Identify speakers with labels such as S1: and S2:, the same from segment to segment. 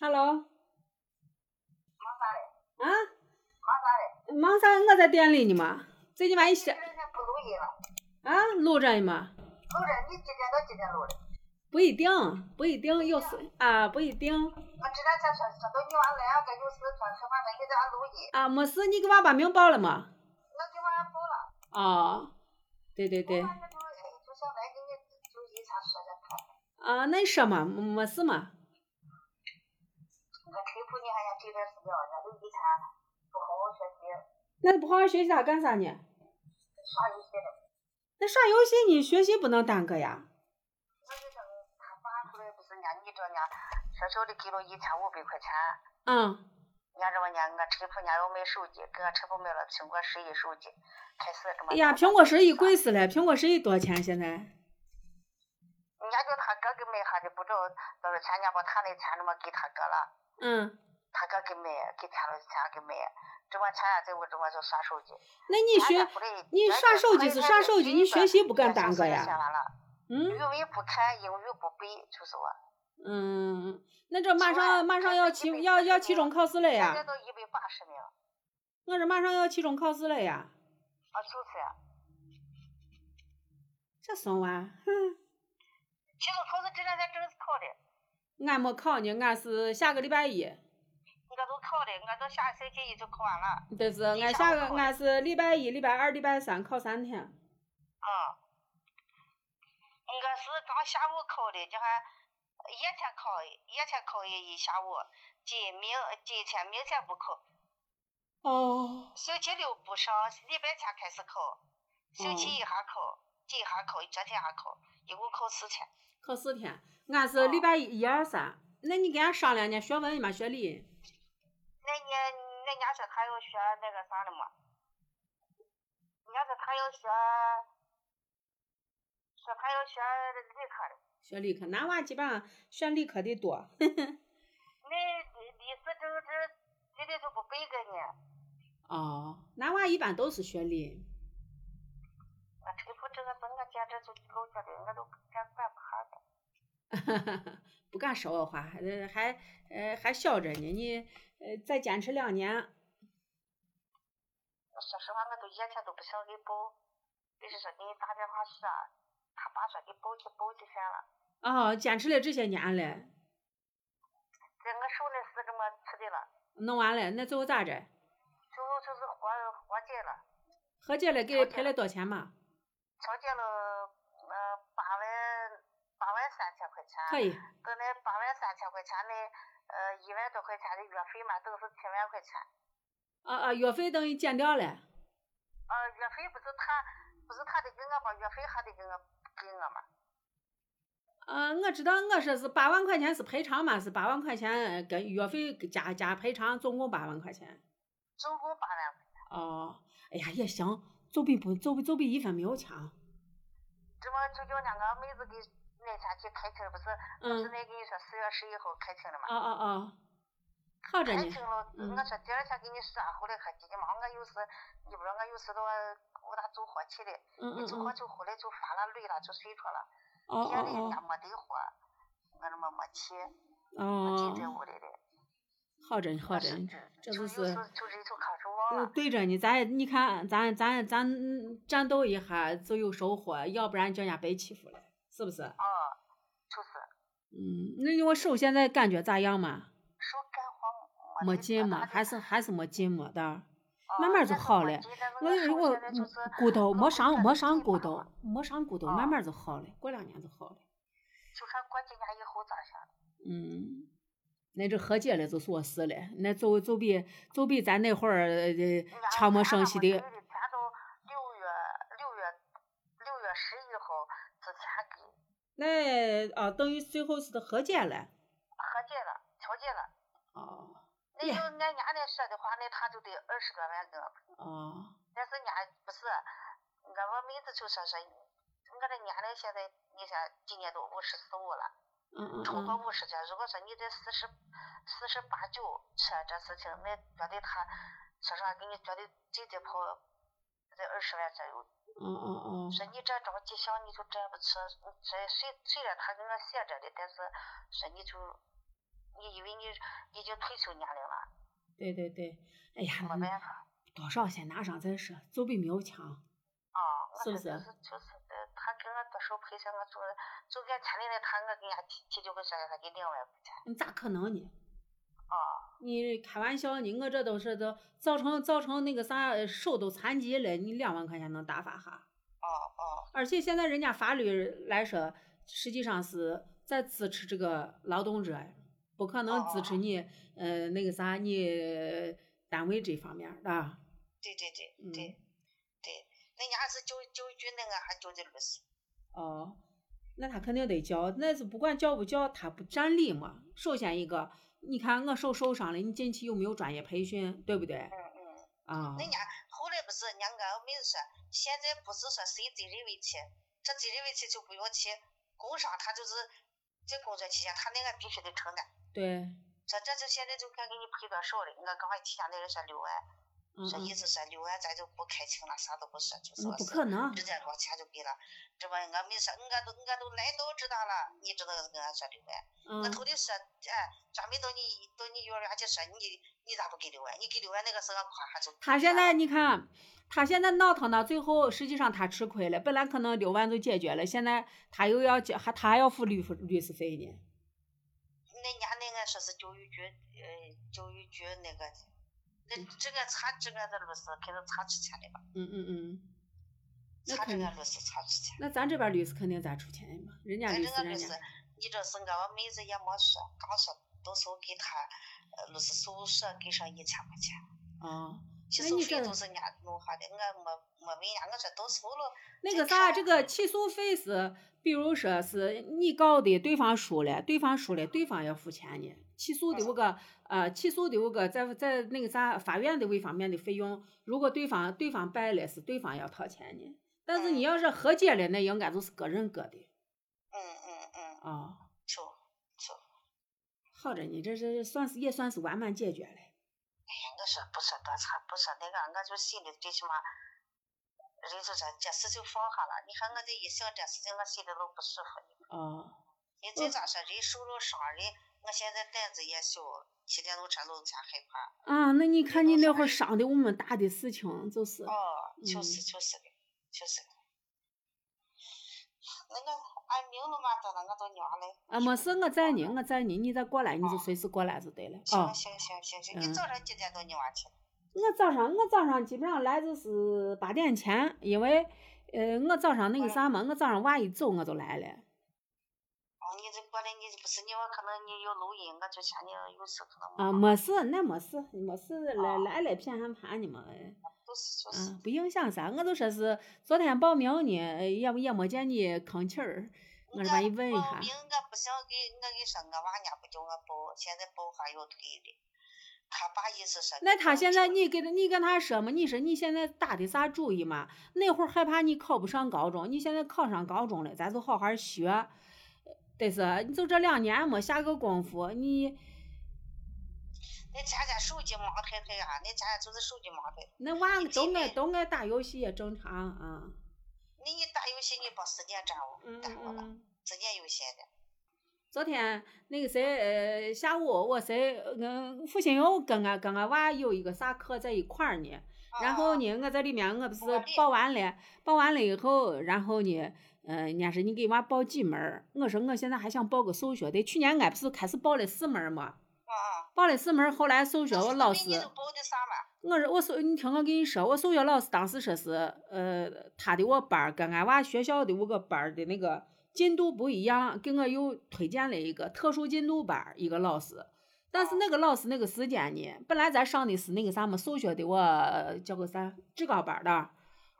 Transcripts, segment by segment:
S1: Hello。忙啥嘞？啊？忙啥嘞？忙啥？我在店里呢嘛。最近把一些
S2: 今天不录音了，
S1: 啊录着呢嘛，
S2: 录着你今天到今天录的，
S1: 不一定，不一定，有时啊不一定
S2: 我这两天说说到你娃来，俺有事说吃饭了，你在俺录音，
S1: 啊，没事，你给娃把名报了吗？
S2: 我就往上报了。
S1: 啊，对对对
S2: 我，反正就是哎，就想来给你就一下说说看。
S1: 啊，那你说嘛，没没事嘛，
S2: 我佩服你，还想这段时间，俺都以前不好好学习，
S1: 那你不好好学习它干啥呢？
S2: 耍游戏了。
S1: 那耍游戏你学习不能耽搁呀？
S2: 我就等他爸出来不是俺，你知道俺学校里给了一千五百块钱，
S1: 嗯，
S2: 俺这么俺俺陈父俺要买手机，给俺陈父买了苹果十一手机，开始这么。
S1: 哎呀，苹果十一贵死了，苹果十一多钱现在？
S2: 人家叫他哥给买下的，不知道多少钱，人家把他那钱那么给他哥了，
S1: 嗯，
S2: 他哥给买，给他了钱给买，这把钱在我这我就耍手机。
S1: 那你学你耍手机是耍手机，你学习不
S2: 干
S1: 干耽搁
S2: 学
S1: 呀？
S2: 完了，
S1: 嗯
S2: 语文不看，英语不背，就是我。
S1: 嗯，那这马上马上要期要要期中考试了
S2: 现在
S1: 呀，
S2: 都一百八十名，啊，
S1: 我这马上要期中考试了呀，
S2: 就是啊呀。
S1: 这怂娃，
S2: 其实考试这两天正是考的，
S1: 俺没考呢，俺是下个礼拜一，
S2: 我都考的，我都下星期一就考完了。
S1: 但是俺下个俺是礼拜一、礼拜二、礼拜三考三天。
S2: 嗯，我是刚下午考的，这还夜天考，夜天考一一下午。今明今天明天不考，
S1: 哦，
S2: 星期六不上，礼拜天开始考，星期一还考，今还考，昨天还考，一共考四天。
S1: 考四天，俺是礼拜一、一二三。那你跟俺商量呢？学文嘛，学理？
S2: 那年那伢说他要学那个啥了嘛？伢说他要学，说他要学理科的。
S1: 学理科，男娃基本上选理科的多。
S2: 那历史政治地理都不背个呢。
S1: 哦，男娃一般都是学理。
S2: 我吹出啊这个字，我简直就够觉得，我都敢管不下的。
S1: 不敢说我话，还还呃还小着呢，你呃再坚持两年，
S2: 我说实话，我都一天都不想给报。就是说给你打电话说，他爸说给报去报去算了。
S1: 哦，坚持了这些年了，
S2: 这我手里是这么吃的了，
S1: 弄完了，那最后咋着？
S2: 最后就是活活结了，
S1: 和解了，给赔了多少钱嘛？
S2: 调解了呃八万八万三千块钱。
S1: 可以，
S2: 等那八万三千块钱的，呃，一万多块钱的月费嘛，等于是七万块钱。
S1: 啊啊，月费等于减掉了。
S2: 呃，月费不是他，不是他得给我把月费还得给我给我嘛。
S1: 啊，我知道，我说是八万块钱是赔偿嘛，是八万块钱呃跟月费加加赔偿，总共八万块钱。
S2: 总共八万块，
S1: 哦，哎呀，也行，就比不就比就比一分没有强。
S2: 这么就叫那个妹子给那天去开庭，不是不是
S1: 嗯，
S2: 那跟你说四月十一号开庭了嘛？
S1: 哦哦哦，好着
S2: 开
S1: 呢
S2: 庭。了，
S1: 嗯
S2: 我说第二天给你说，后来可急急忙，我有时你不知道啊我有时都我咋走火气的，
S1: 嗯嗯
S2: 一走火
S1: 嗯，
S2: 就后来就发了累了就睡着了，
S1: 哦
S2: 夜里也
S1: 哦
S2: 没得火，我那么没去，
S1: 哦，
S2: 进在
S1: 哦，
S2: 屋里的，
S1: 好着呢，好着呢。这
S2: 就
S1: 就
S2: 有
S1: 是
S2: 时候就人就开始忘
S1: 嗯
S2: 了，，
S1: 对着呢，咱你看，咱咱咱嗯战斗一下就有收获，要不然叫人家白欺负了，是不是？
S2: 啊，就是
S1: 嗯，那你我手现在感觉咋样嘛？
S2: 手干黄，
S1: 没
S2: 得
S1: 劲
S2: 多
S1: 嘛，
S2: 大
S1: 还是
S2: 劲
S1: 还是没劲嘛的。
S2: 啊
S1: 慢慢
S2: 现
S1: 就
S2: 在
S1: 好
S2: 没
S1: 了
S2: 劲但是
S1: 我
S2: 手
S1: 我
S2: 现在就
S1: 嗯
S2: 是
S1: 骨头没
S2: 我觉
S1: 伤
S2: 得
S1: 没
S2: 自
S1: 伤
S2: 己
S1: 骨
S2: 吧
S1: 头，没伤骨头，
S2: 啊
S1: 慢慢就好了，过两年就好了。
S2: 就说过几年以后咋想？
S1: 嗯，那这和解了就是我事了，那就就比就比咱那会儿呃悄没声息的
S2: 前头六月六月六月十一号之前给
S1: 那啊，等于最后是和解了。
S2: 和解了，调解了。
S1: 哦
S2: 那
S1: 呀
S2: 就按伢那说的话，那他就得二十多万个。
S1: 哦，
S2: 但是伢不是，我们妹子就说说，我这年龄现在，你说今年都五十四五了，
S1: 嗯嗯
S2: 超
S1: 嗯，
S2: 过五十的，如果说你这四十四十八九说这事情，那觉得他说实话给你觉得最低跑在二十万左右。
S1: 哦哦哦，
S2: 说你这着急想你就嗯这不吃，这虽虽然他给我写着的，但是说你就你以为你已经退休年龄了，
S1: 对对对，哎呀，
S2: 没办法
S1: 多少先拿上再说，走比没有强。
S2: 啊。
S1: 是
S2: 我
S1: 不
S2: 这就是是就是，呃，他给我多少赔偿，我做就给钱里的他，我给人家提提就会说他给另外一钱
S1: 你咋可能呢？
S2: 啊。
S1: 你开玩笑呢？我这都是都造成造成那个啥呃手都残疾了，你两万块钱能打发哈？
S2: 哦哦，
S1: 而且现在人家法律来说，实际上是在支持这个劳动者，不可能支
S2: 哦
S1: 持你，呃，那个啥，你单位这方面的啊。
S2: 对对对
S1: 嗯
S2: 对、对，人家是就就就那个还就的律师，
S1: 哦，那他肯定得交，那是不管交不交，他不占理嘛。首先一个，你看我手受伤了，你近期有没有专业培训，对不对
S2: 嗯？嗯。
S1: 啊，
S2: 人家后来不是人家俺妹子说，现在不是说谁责任问题，这责任问题就不用去工伤，他就是在工作期间他那个必须得承担。
S1: 对，
S2: 这这就现在就该给你赔多少了？我刚才提下那人说六万，
S1: 嗯
S2: 说意
S1: 嗯，
S2: 思说六万咱就不开庭了，啥都不说，就
S1: 那
S2: 说
S1: 不
S2: 是
S1: 可能，
S2: 直接把钱就给了。这不俺妹说，我都我都来都知道了，你知道我跟俺说六万。我
S1: 嗯，
S2: 头的说，哎，专门到你到你幼儿园去说你你咋不给六万？你给六万那个时候夸就
S1: 他现在你看，他现在闹腾到最后，实际上他吃亏了。本来可能六万就解决了，现在他又要交，还他还要付律夫律师费呢。
S2: 那家那个说是教育局呃教育局那个，那这个查这个的律师肯定查出钱的吧？
S1: 嗯嗯嗯，那
S2: 查这
S1: 肯
S2: 个
S1: 定。
S2: 律师查出钱。
S1: 那咱这边律师肯定咱出钱嘛，人家
S2: 反
S1: 律
S2: 正
S1: 师
S2: 个
S1: 人
S2: 律
S1: 家
S2: 师，你这是俺妹子也没说，刚说到时候给他，呃，律师事务所给上一千块钱，
S1: 哦，
S2: 起
S1: 那
S2: 诉
S1: 你
S2: 费
S1: 这
S2: 都是人家弄好的，我没没问人家，我说到时候了，
S1: 那
S2: 这
S1: 个
S2: 看
S1: 啥，这个起诉费是，比如说是你告的，对方输了，对方输了，对方要付钱呢。起诉的
S2: 嗯
S1: 我个，呃，起诉的我个，在在那个啥法院的为方面的费用，如果对方对方败了，是对方要掏钱呢。但是你
S2: 嗯
S1: 要是和解了，那应该就是个人个的
S2: 嗯嗯嗯，
S1: 啊、哦。
S2: 就
S1: 好着呢，这这算是也算是完满解决了。
S2: 我说不说多差，不说那个，我就心里最起码，人就说这事情放下了。你看我这一想这事情，我心里都不舒服。
S1: 哦，
S2: 啊你再咋说，人受了伤，人我现在胆子也小，骑电动车老加害怕。
S1: 啊，那你看你那会儿
S2: 是
S1: 伤的我们大的事情就是，
S2: 哦，就是
S1: 嗯
S2: 就是的，就是的。那个俺明了嘛，等了我都娘嘞。
S1: 啊，没事，我在呢，我在呢，你再过来，你就随时过来就对了。哦
S2: 行。行行行行，你
S1: 嗯
S2: 早上几点到你娃去？
S1: 我早上我早上基本上来就是八点前，因为呃我早上那个
S2: 哎
S1: 啥嘛，我早上娃一走我就来了。
S2: 哦，你这过来，你不是你我可能你有录音，我就想你有时可能
S1: 啊，
S2: 忙
S1: 没事，那没事，没事，来
S2: 哦
S1: 来了偏还怕你们？
S2: 就是就是。
S1: 嗯，不影响啥，我就说是昨天报名呢，呃也也没见你吭气儿，我这边一问一
S2: 报
S1: 下
S2: 名，我嗯不想给，我跟你说，我娃伢不叫我报，现在报还要退的。他爸意思说。
S1: 那他现在你跟你跟他说嘛？你说你现在打的啥主意嘛？那会儿害怕你考不上高中，你现在考上高中了，咱就好好学。但是你就这两年没下个功夫，你
S2: 那家家手机忙太太啊，那家家就是手机忙太太。
S1: 那娃
S2: 你
S1: 都
S2: 这
S1: 爱
S2: 边
S1: 都爱打游戏也正常啊。
S2: 那你打游戏，你把时间耽误
S1: 嗯
S2: 耽误了，
S1: 嗯。
S2: 时间有限的。
S1: 昨天那个谁，呃，下午我谁，嗯，付新友跟俺跟俺娃有一个啥课在一块儿呢。然后
S2: 啊？
S1: 呢，我在里面我不是
S2: 报的
S1: 报完了，报完了以后，然后呢，嗯，人家说你给娃报几门儿？我说我现在还想报个数学的。去年俺不是开始报了四门儿嘛，
S2: 啊啊！
S1: 报了四门儿，后来数学
S2: 那
S1: 我
S2: 是
S1: 老
S2: 那
S1: 师，
S2: 你都报的啥嘛？
S1: 我说我数，你听我跟你说，我数学老师当时说是，呃，他的我班儿跟俺娃学校的我个班儿的那个进度不一样，给我又推荐了一个特殊进度班儿一个老师。但是那个老师那个时间呢，本来咱上的是那个啥么数学的我呃叫个啥职高班儿的，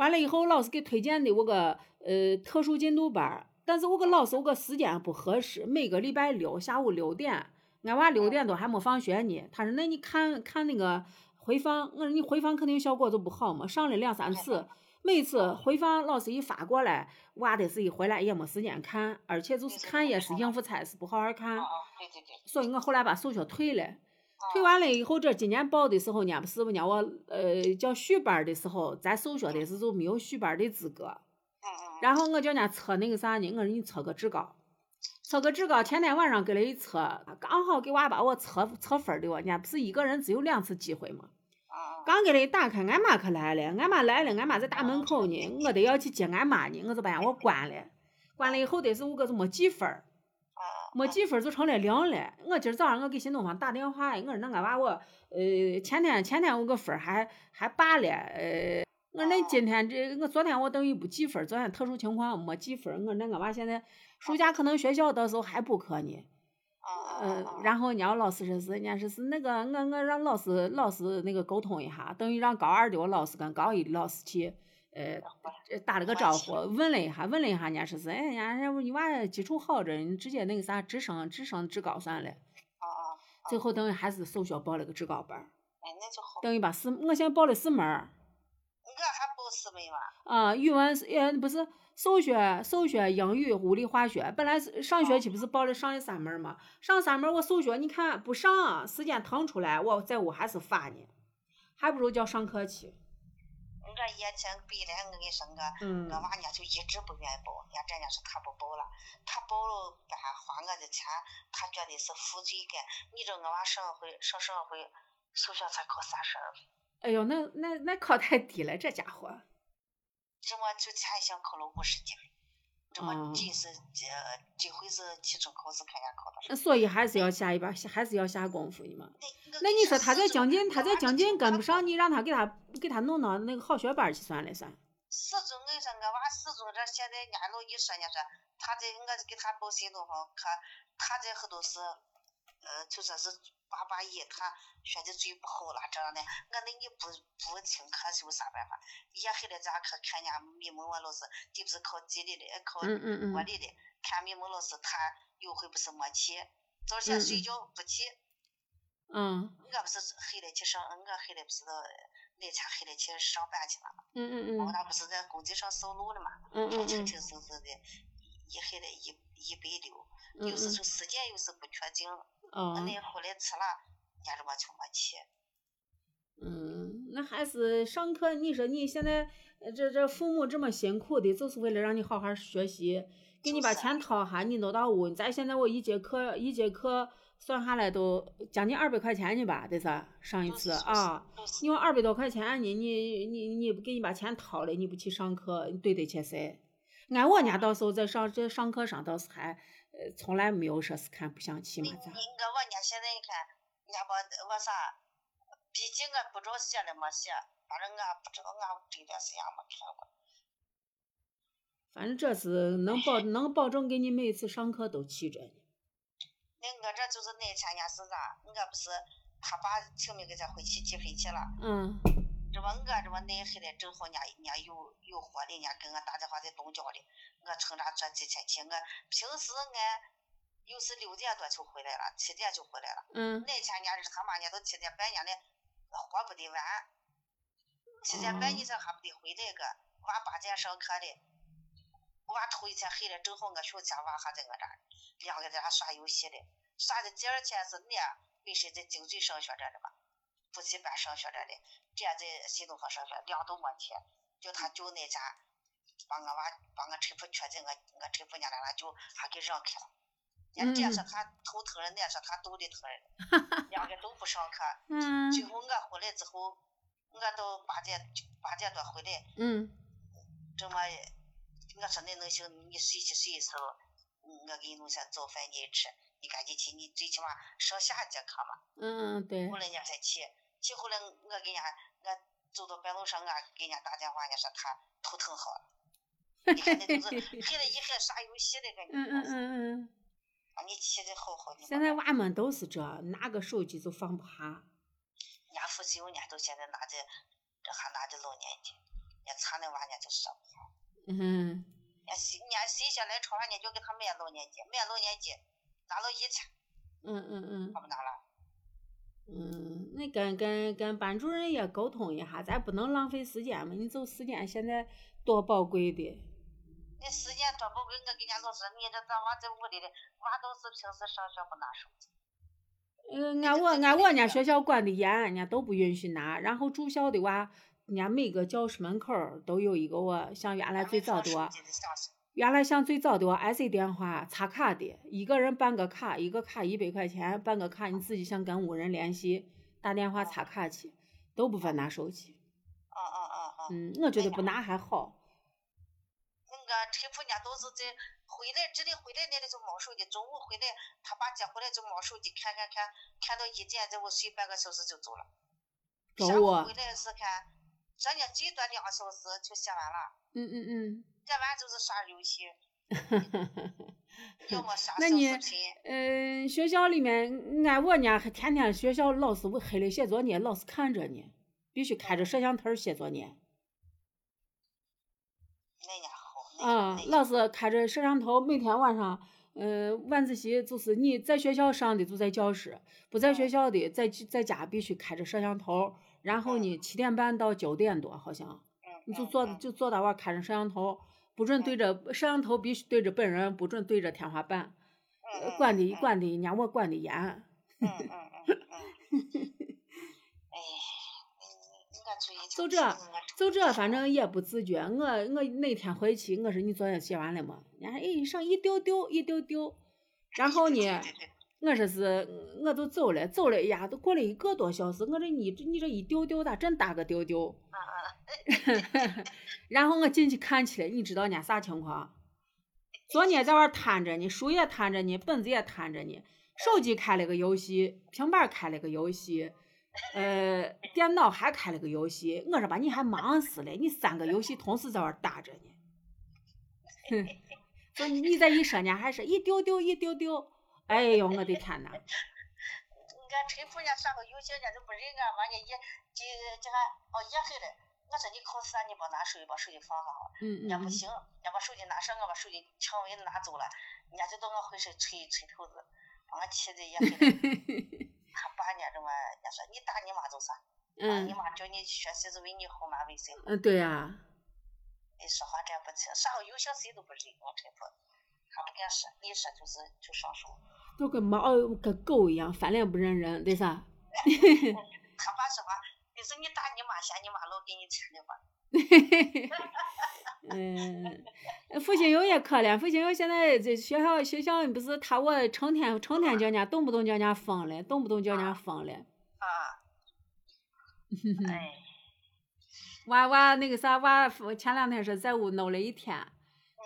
S1: 完了以后老师给推荐的我个呃特殊进度班儿，但是我个老师我个时间不合适，每个礼拜六下午六点。俺娃六点多还没放学呢，他说那你看看那个回放，我说你回放肯定效果就不好嘛，上了两三次，每次回放老师一发过来，娃得是一回来也没时间看，而且就是看也是应付差事，不好好看
S2: 啊，啊！对对对。
S1: 所以我后来把数学退了。
S2: 啊
S1: 退完了以后，这今年报的时候，人家不是人家我呃叫续班儿的时候，咱数学的时候就没有续班儿的资格，
S2: 嗯嗯。
S1: 然后我叫人家测那个啥呢？我说你测个职高，测个职高前天晚上给了一测，刚好给娃把我测测分儿的，人家不是一个人只有两次机会吗？
S2: 嗯
S1: 刚给他一打开，俺妈可来了，俺妈来了，俺妈在大门口呢，我得要去接俺妈呢，我就把俺我关了，关了以后得是我个就没记分儿，
S2: 嗯
S1: 没记分儿就成了零了。我今儿早上我给新东方打电话，我说那俺娃我，呃，前天前天我个分儿还还罢了，呃，我说那今天这我昨天我等于不记分儿，昨天特殊情况没记分儿，我说那俺娃现在暑假可能学校到时候还补课呢。
S2: 嗯
S1: 嗯，
S2: 嗯，
S1: 然后人家老师说是，人家说是那个，我我让老师老师那个沟通一下，等于让高二的我老师跟高一的老师去，呃，呃打了个招呼，问了一下，问了一下，人家说是，哎，人家说你娃基础好着，你直接那个啥，直升直升职高算了。
S2: 嗯嗯，
S1: 最后等于还是手学报了个职高班儿，
S2: 哎，那就好。
S1: 等于把四，我现在报了四门儿，
S2: 我还不是没嘛，
S1: 啊，语文是呃不是数学、数学、英语、物理、化学，本来是上
S2: 哦
S1: 学期不是报了上了三门儿嘛，上三门儿我数学你看不上、啊，时间腾出来，我在屋还是发呢，还不如叫上课去。
S2: 我以前比来，我跟你说我。
S1: 嗯
S2: 我娃人家就一直不愿意报，人家人家说他不报了，他报了给俺花我的钱，他觉得是负罪感。你知道我娃上回上上回数学才考三十二分，
S1: 哎呦，那那那考太低了，这家伙。
S2: 这么就前一项考了五十几分，这
S1: 哦
S2: 么这次呃这回是期中考试看人家考多少。
S1: 呃所以还是要下一把，还是要下功夫的嘛。
S2: 那
S1: 那你说他在江津，他在江津跟不。
S2: 我
S1: 上，你让他给他给他弄到那个好学班儿去算了
S2: 哦
S1: 算。
S2: 四中，我跟你说，我娃啊四中这现在人家老一说，人家说他在我给他报新东方，他他这后头是，呃，就说是八八一，他学的最不好了，这样的，我那你不不听课是有啥办法？也黑了咱可看人家米蒙文老师，这不是考地理的，呃考
S1: 嗯嗯
S2: 国
S1: 嗯。
S2: 力的，看米蒙老师他有回不是没去，早些睡觉不去，
S1: 嗯
S2: 我不是黑了去上，我黑了不是到那天黑了去上班去了嘛，
S1: 嗯嗯
S2: 我
S1: 嗯
S2: 那不是在工地上扫路了嘛。
S1: 嗯嗯
S2: 清
S1: 嗯
S2: 清楚楚的，一黑了一一百六，
S1: 嗯
S2: 有时候时间有时不确定，
S1: 哦。
S2: 那后来吃了，伢这么就没去。
S1: 嗯，那还是上课。你说你现在呃这这父母这么辛苦的，就是为了让你好好学习，给你把
S2: 就是
S1: 钱掏哈，你挪到屋。咱现在我一节课一节课算下来都将近二百块钱呢吧，得是上一
S2: 就
S1: 次
S2: 是
S1: 啊。，
S2: 就是
S1: 你有二百多块钱呢，你你你不给你把钱掏了，你不去上课，你对得起谁？俺我家到时候在上这上课上倒是还呃从来没有说是看不想去
S2: 你
S1: 嘛
S2: 你
S1: 咋？
S2: 我我家现在你看，伢把我啥，毕竟我不知道写了没写，反正我不知道，我这段时间没看过。
S1: 反正这是能保能保证给你每次上课都去着呢。
S2: 那我这就是那天伢是啥，我不是他爸清明给咱回去集会去了。
S1: 嗯
S2: 这么我这么内黑的，正好人家人家有有活的，人家跟我打电话在东郊的，我乘着坐几天去。我平时俺有时六点多就回来了，七点就回来了。
S1: 嗯
S2: 那天人家是他妈人家都七点半，人家嘞活不得完，七点半你这还不得回来个？娃八点上课的，娃头一天黑了，正好我休假，娃还在我这儿，两个在那耍游戏嘞。耍的第二天是俺本身在京最上学着的嘛，补习班上学着的，这样在新东方上学，两都没去，就他舅那家把我娃把我媳妇确定，我我媳妇家那俺舅还给让开了。人家这说他头疼人，那说他肚里疼人，两个都不上课。
S1: 嗯
S2: 最后我回来之后，我到八点八点多回来，
S1: 嗯
S2: 这么我说那能行？你睡去睡一宿，嗯我给你弄些早饭你吃，你赶紧去，你最起码上下一节课嘛。
S1: 嗯，对
S2: 后，来人家才去，去后来我给人家我走到半路上，我啊给人家打电话，人家说他头疼好了。你看那都是黑了一黑耍游戏的个，
S1: 嗯嗯嗯嗯，
S2: 啊，你气的好好的嘛。
S1: 现在娃们都是这，拿个手机就放不下。
S2: 人家附近有人家都现在拿着，这还拿着老年的，人家查那娃人家就说，
S1: 嗯，
S2: 人家谁人家谁先来吵，人家就给他买老年机，买老年机拿了一千，
S1: 嗯嗯嗯
S2: 他不拿了，
S1: 嗯，那跟跟跟班主任也沟通一下，咱不能浪费时间嘛，你走时间现在多宝贵的。
S2: 那时间多宝贵，我跟人家老师，你这咱娃在屋里的，娃都是平时上学不拿手机，
S1: 呃，俺我俺我人家学校管的严，人家都不允许拿。然后住校的娃，人家每个教室门口儿都有一个我，像原来最早的我
S2: 手机的上手，
S1: 原来像最早的我 IC 电话插卡的，一个人办个卡，一个卡一百块钱，办个卡你自己想跟五人联系，打电话插卡去，都不烦拿手机。
S2: 嗯嗯嗯嗯，
S1: 嗯，我觉得
S2: 哎呀
S1: 不拿还好。
S2: 那个陈婆家都是在回来，这里回来那里就没手机，中午回来他爸接回来就没手机，看看看，看到一点，再我睡半个小时就走了。
S1: 中
S2: 下午
S1: 午
S2: 回来是看，人家最多两小时就写完了，
S1: 嗯嗯
S2: 写完就是刷游戏，
S1: 嗯。
S2: 要么刷
S1: 那
S2: 小视
S1: 你
S2: 频。
S1: 嗯，学校里面，俺我呢还天天学校老师黑了写作业，老师看着呢，必须开着摄像头儿写作业。
S2: 那样好，那样
S1: 啊
S2: 那，样
S1: 老师开着摄像头，每天晚上，呃，晚自习就是你在学校上的就在教室，不在学
S2: 嗯
S1: 校的在在家必须开着摄像头，然后呢七点半到九点多好像，
S2: 嗯，
S1: 你就
S2: 嗯
S1: 坐
S2: 嗯
S1: 就坐到我开着摄像头，不准对着摄像头必须对着本人，不准对着天花板，
S2: 嗯
S1: 呃
S2: 嗯
S1: 管的
S2: 嗯
S1: 管的，让我管的严。
S2: 嗯嗯嗯嗯嗯，哎，你你俺最近
S1: 就
S2: 就
S1: 这
S2: 是俺
S1: 就这，反正也不自觉。我我那天回去，我说你作业写完了吗？人家哎上一丢丢一丢丢，然后呢？
S2: 对对对
S1: 我说是，我都走了，走了呀，都过了一个多小时，我这你这你这一丢丢咋真打个丢丢？ 然后我进去看起来，你知道人家啥情况？昨天在外摊着呢，书也摊着呢，本子也摊着呢，手机开了个游戏，平板儿开了个游戏，呃，电脑还开了个游戏。我说把你还忙死了，你三个游戏同时在外打着呢。 哼，说你你再一说呢，还是一丢丢一丢丢。哎呦，我的天呐！
S2: 俺陈婆家上个游戏，人家都不认俺，完了也这这哦还熬夜黑了。我说你考试啊，你别拿手机把手机放下了，
S1: 嗯
S2: 人 家
S1: 嗯
S2: 不
S1: 嗯
S2: 行，人家把手机拿上，我啊把手机抢我也拿走了，人家就当我回去吹吹头子，把我气的也 黑了。他爸呢，这么人家说你打你妈就是，啊
S1: 嗯
S2: 你妈叫你学习是为你好嘛，为谁好？
S1: 嗯，对呀、
S2: 你说话真不听，上个游戏谁都不理我陈婆，他不敢说，一说就是就上手。
S1: 都跟猫跟狗一样，翻脸不认人，对啥？
S2: 他爸说话，你说你打你妈嫌你妈老给你吃的吧？
S1: 嗯，付新友也可怜，付新友现在这学校学校不是他我成天成天叫人家动不动叫人家疯了，动不动叫人家疯了。
S2: 啊，哎。
S1: 娃娃那个啥娃，前两天是在屋闹了一天，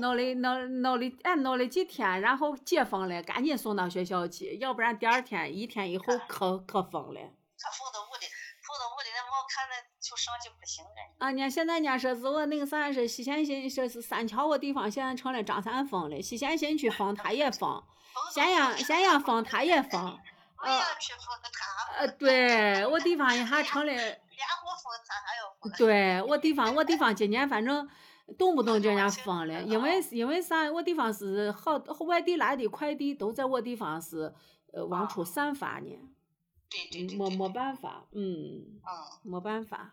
S1: 闹了闹闹了哎闹了几天，然后解封了，赶紧送到学校去，要不然第二天一天以后可可疯了。
S2: 他放到屋里，放到屋里那猫看着就上去不行了。
S1: 啊，人家现在人家说是我那个啥是西咸新，说是三桥我地方现在成了张三丰了，西咸新区封他也封，咸阳咸阳封他也 呃封。
S2: 我要去封他，
S1: 呃，对我地方一下成了，
S2: 连我封他还要 封。
S1: 嗯对我地方我地方今年反正动不动就人家封了，因为因为啥？我地方是好外地来的快递都在我地方是呃往出散发呢，
S2: 对对对
S1: 没
S2: 对。
S1: 没办法，嗯，
S2: 嗯，
S1: 没办法。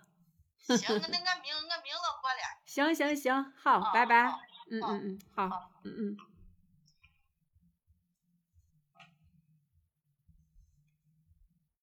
S2: 行，那那俺明俺明早过来。哦
S1: 行行行，好，拜拜
S2: 好。
S1: 哦嗯嗯嗯，好，嗯嗯。